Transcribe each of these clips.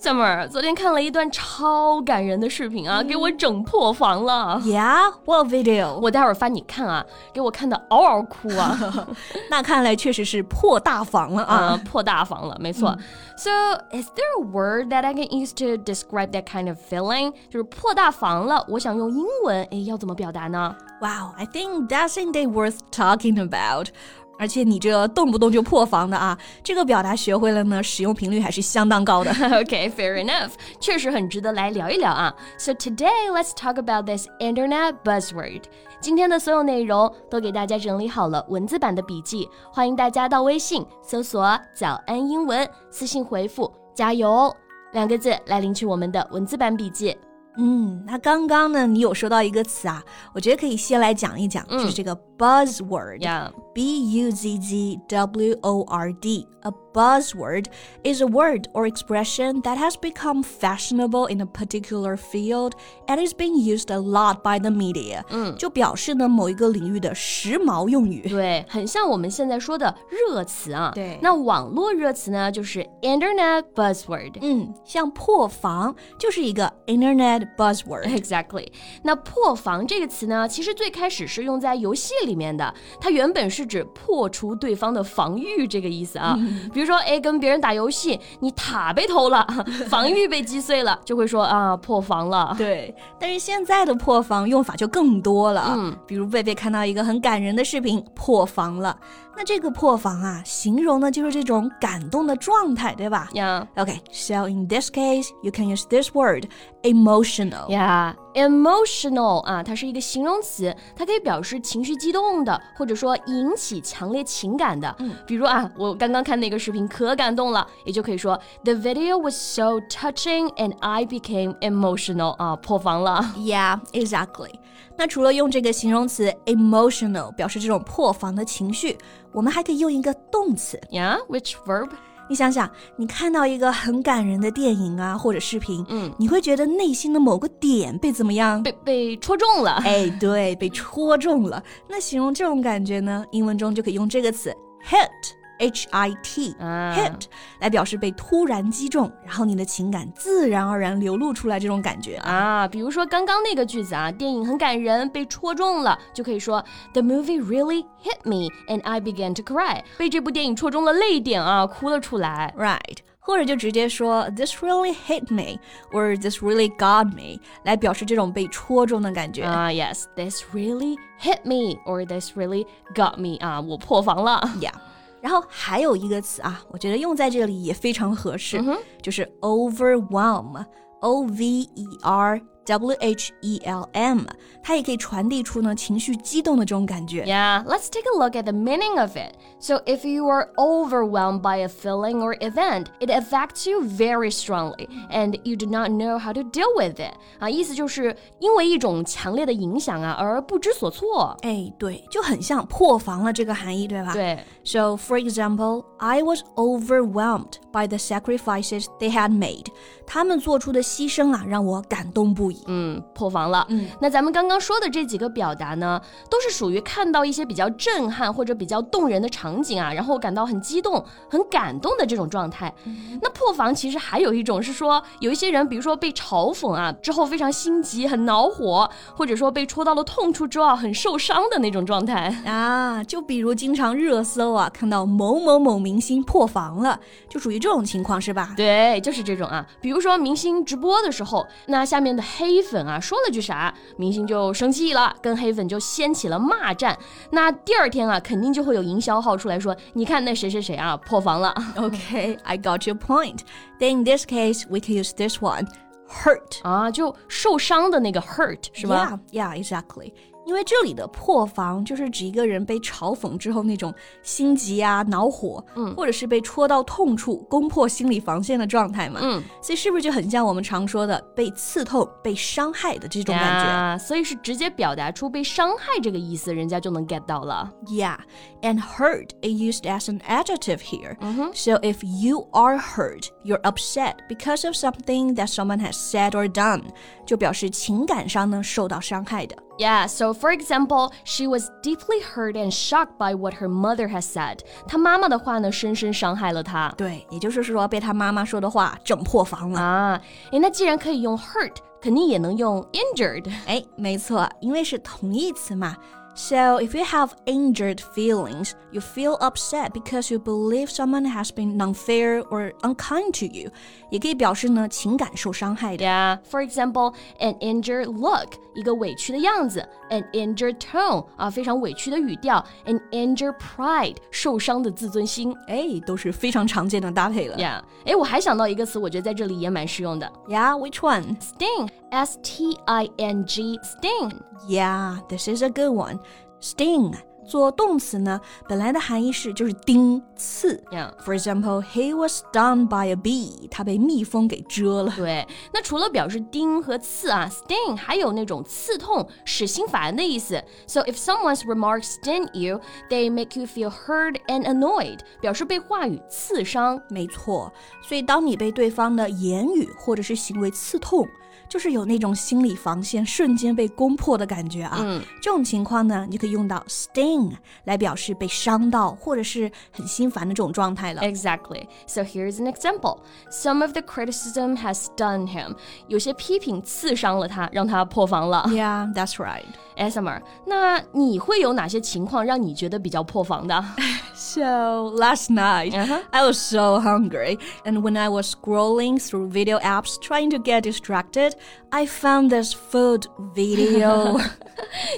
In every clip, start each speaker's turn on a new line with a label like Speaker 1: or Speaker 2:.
Speaker 1: Summer，昨天看了一段超感人的视频啊，给我整破防了。
Speaker 2: Yeah, what video？
Speaker 1: 我待会儿发你看啊，给我看的嗷嗷哭啊！
Speaker 2: 那看来确实是破大防了啊。
Speaker 1: 啊，破大防了，没错。So, is there a word that I can use to describe that kind of feeling? 就是破大防了，我想用英文，哎，要怎么表达呢？
Speaker 2: Wow, I think that's a day worth talking about. 而且你这动不动就破防的啊，这个表达学会了呢，使用频率还是相当高的。
Speaker 1: okay, fair enough. 确实很值得来聊一聊啊。So today, let's talk about this internet buzzword. 今天的所有内容都给大家整理好了文字版的笔记，欢迎大家到微信搜索“早安英文”，私信回复“加油”两个字来领取我们的文字版笔记。
Speaker 2: 嗯，那刚刚呢，你有说到一个词啊，我觉得可以先来讲一讲，就是这个 buzzword。
Speaker 1: Yeah.
Speaker 2: B U Z Z W O R D. A buzzword is a word or expression that has become fashionable in a particular field and is being used a lot by the media. 就表示呢某一个领域的时髦用 语。
Speaker 1: 对，很像我们现在说的热词啊。
Speaker 2: 对
Speaker 1: 那网络热词呢，就是 internet buzzword。
Speaker 2: 嗯，像破防就是一个 internet buzzword。
Speaker 1: Exactly，那破防这个词呢，其实最开始是用在游戏里面的，它原本是指破除对方的防御这个意思啊。
Speaker 2: 嗯
Speaker 1: 比如说，哎，跟别人打游戏，你塔被偷了， 防御被击碎了，就会说啊破防了。
Speaker 2: 对，但是现在的破防用法就更多了。嗯，比如贝贝看到一个很感人的视频，破防了。那这个破防啊，形容呢就是这种感动的状态，对吧？
Speaker 1: 呀
Speaker 2: Okay, so in this case, you can use this word, emotional.
Speaker 1: Yeah, emotional 啊，它是一个形容词，它可以表示情绪激动的，或者说引起强烈情感的。嗯，比如啊，我刚刚看那个视频可感动了，也就可以说 The video was so touching and I became emotional 啊，破防了。
Speaker 2: Yeah, exactly. 那除了用这个形容词 emotional 表示这种破防的情绪，我们还可以用一个动词。
Speaker 1: Yeah, which verb?
Speaker 2: 你想想，你看到一个很感人的电影啊或者视频，嗯，你会觉得内心的某个点被怎么 样？
Speaker 1: 被被戳中了。
Speaker 2: 哎，对，被戳中了。那形容这种感觉呢，英文中就可以用这个词 hit。H I T
Speaker 1: 啊
Speaker 2: hit 来表示被突然击中，然后你的情感自然而然流露出来这种感觉啊。
Speaker 1: 啊，比如说刚刚那个句子啊，电影很感人，被戳中了，就可以说 The movie really hit me and I began to cry，被这部电影戳中了泪点啊，哭了出来。
Speaker 2: Right，或者就直接说 This really hit me or This really got me 来表示这种被戳中的感觉。
Speaker 1: 啊、y e s this really hit me or this really got me 啊、我破防了。
Speaker 2: Yeah，然后还有一个词啊，我觉得用在这里也非常合适，就是 overwhelm，O V E R。W H E L M，它也可以传递出呢情绪激动的这种感觉。
Speaker 1: Yeah, let's take a look at the meaning of it. So, if you are overwhelmed by a feeling or event, it affects you very strongly, and you do not know how to deal with it. 啊，意思就是因为一种强烈的影响啊而不知所措。
Speaker 2: 哎，对，就很像破防了这个含义，对吧？
Speaker 1: 对
Speaker 2: So, for example, I was overwhelmed by the sacrifices they had made. 他们做出的牺牲啊，让我感动不已。
Speaker 1: 嗯，破防了。嗯，那咱们刚刚说的这几个表达呢，都是属于看到一些比较震撼或者比较动人的场景啊，然后感到很激动、很感动的这种状态。那破防其实还有一种是说，有一些人，比如说被嘲讽啊之后非常心急、很恼火，或者说被戳到了痛处之后啊很受伤的那种状态。
Speaker 2: 啊，就比如经常热搜啊，看到某某某明星破防了，就属于这种情况 是吧？
Speaker 1: 对，就是这种啊。比如说明星直播的时候，那下面的黑粉啊说了句啥，明星就生气了，跟黑粉就掀起了骂战。那第二天啊，肯定就会有营销号出来说，你看那谁谁谁啊破防了。
Speaker 2: Okay, I got your point. Then in this case, we can use this one. hurt，
Speaker 1: 啊，就受伤的那个 hurt 是吧
Speaker 2: Yeah, yeah, exactly. 因为这里的破防就是指一个人被嘲讽之后那种心急啊、恼火，
Speaker 1: 嗯
Speaker 2: 或者是被戳到痛处、攻破心理防线的状态嘛。
Speaker 1: 嗯，
Speaker 2: 所以是不是就很像我们常说的被刺痛、被伤害的这种感觉
Speaker 1: 呀所以是直接表达出被伤害这个意思，人家就能 get 到了。
Speaker 2: Yeah, and hurt is used as an adjective here.
Speaker 1: 嗯哼，
Speaker 2: So if you are hurt, you're upset because of something that someone has said or done，就表示情感上呢受到伤害的。
Speaker 1: Yeah, so for example, she was deeply hurt and shocked by what her mother has said. 她妈妈的话呢，深深伤害了她。
Speaker 2: 对，也就是说被他妈妈说的话整破防了。
Speaker 1: 啊，诶，那既然可以用 hurt，肯定也能用 injured。
Speaker 2: 哎，没错，因为是同义词嘛。So if you have injured feelings, you feel upset because you believe someone has been unfair or unkind to you，也可以表示呢情感受伤害的。
Speaker 1: Yeah, for example, an injured look，一个委屈的样子；an injured tone，啊，非常委屈的语调；an injured pride，受伤的自尊心。
Speaker 2: 哎，都是非常常见的搭配了。
Speaker 1: Yeah，诶，我还想到一个词，我觉得在这里也蛮适用的
Speaker 2: Yeah, which one?
Speaker 1: ，sting，s t i n g，sting。
Speaker 2: Yeah, this is a good one. Sting 做动词呢，本来的含义是就是钉刺。
Speaker 1: Yeah.
Speaker 2: For example, he was stung by a bee. 他被蜜蜂给蛰了。
Speaker 1: 对，那除了表示钉和刺啊，sting 还有那种刺痛、使心烦的意思。So if someone's remarks sting you, they make you feel hurt and annoyed，表示被话语刺伤。
Speaker 2: 没错，所以当你被对方的言语或者是行为刺痛，就是有那种心理防线瞬间被攻破的感觉啊。
Speaker 1: 嗯
Speaker 2: 这种情况呢，你就可以用到 sting 来表示被伤到或者是很心烦的这种状态了。
Speaker 1: Exactly. So here's an example. Some of the criticism has stunned him. 有些批评刺伤了他，让他破防了。
Speaker 2: Yeah, that's right.
Speaker 1: S M R，那你会有哪些情况让你觉得比较破防的？
Speaker 2: So last night,
Speaker 1: Uh-huh.
Speaker 2: I was so hungry, and when I was scrolling through video apps trying to get distracted, I found this food video.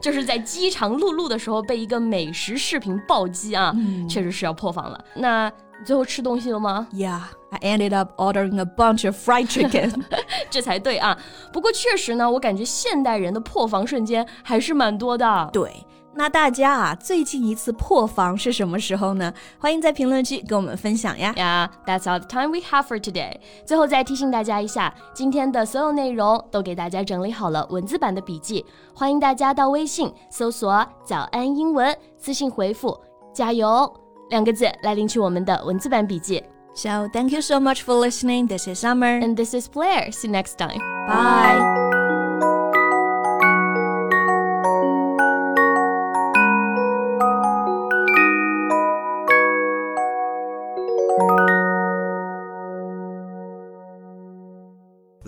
Speaker 1: 就是在饥肠辘辘的时候被一个美食视频暴击啊，确实是要破防了。那你最后吃东西了吗？
Speaker 2: yeah, I ended up ordering a bunch of fried chicken.
Speaker 1: 这才对啊。不过确实呢，我感觉现代人的破防瞬间还是蛮多的。
Speaker 2: 对。那大家啊，最近一次破防是什么时候呢？欢迎在评论区跟我们分享呀。
Speaker 1: Yeah, that's all the time we have for today. 最后再提醒大家一下，今天的所有内容都给大家整理好了文字版的笔记，欢迎大家到微信搜索“早安英文”，私信回复“加油”两个字来领取我们的文字版笔记。
Speaker 2: So thank you so much for listening. This is Summer.
Speaker 1: And this is Blair. See you next time.
Speaker 2: Bye.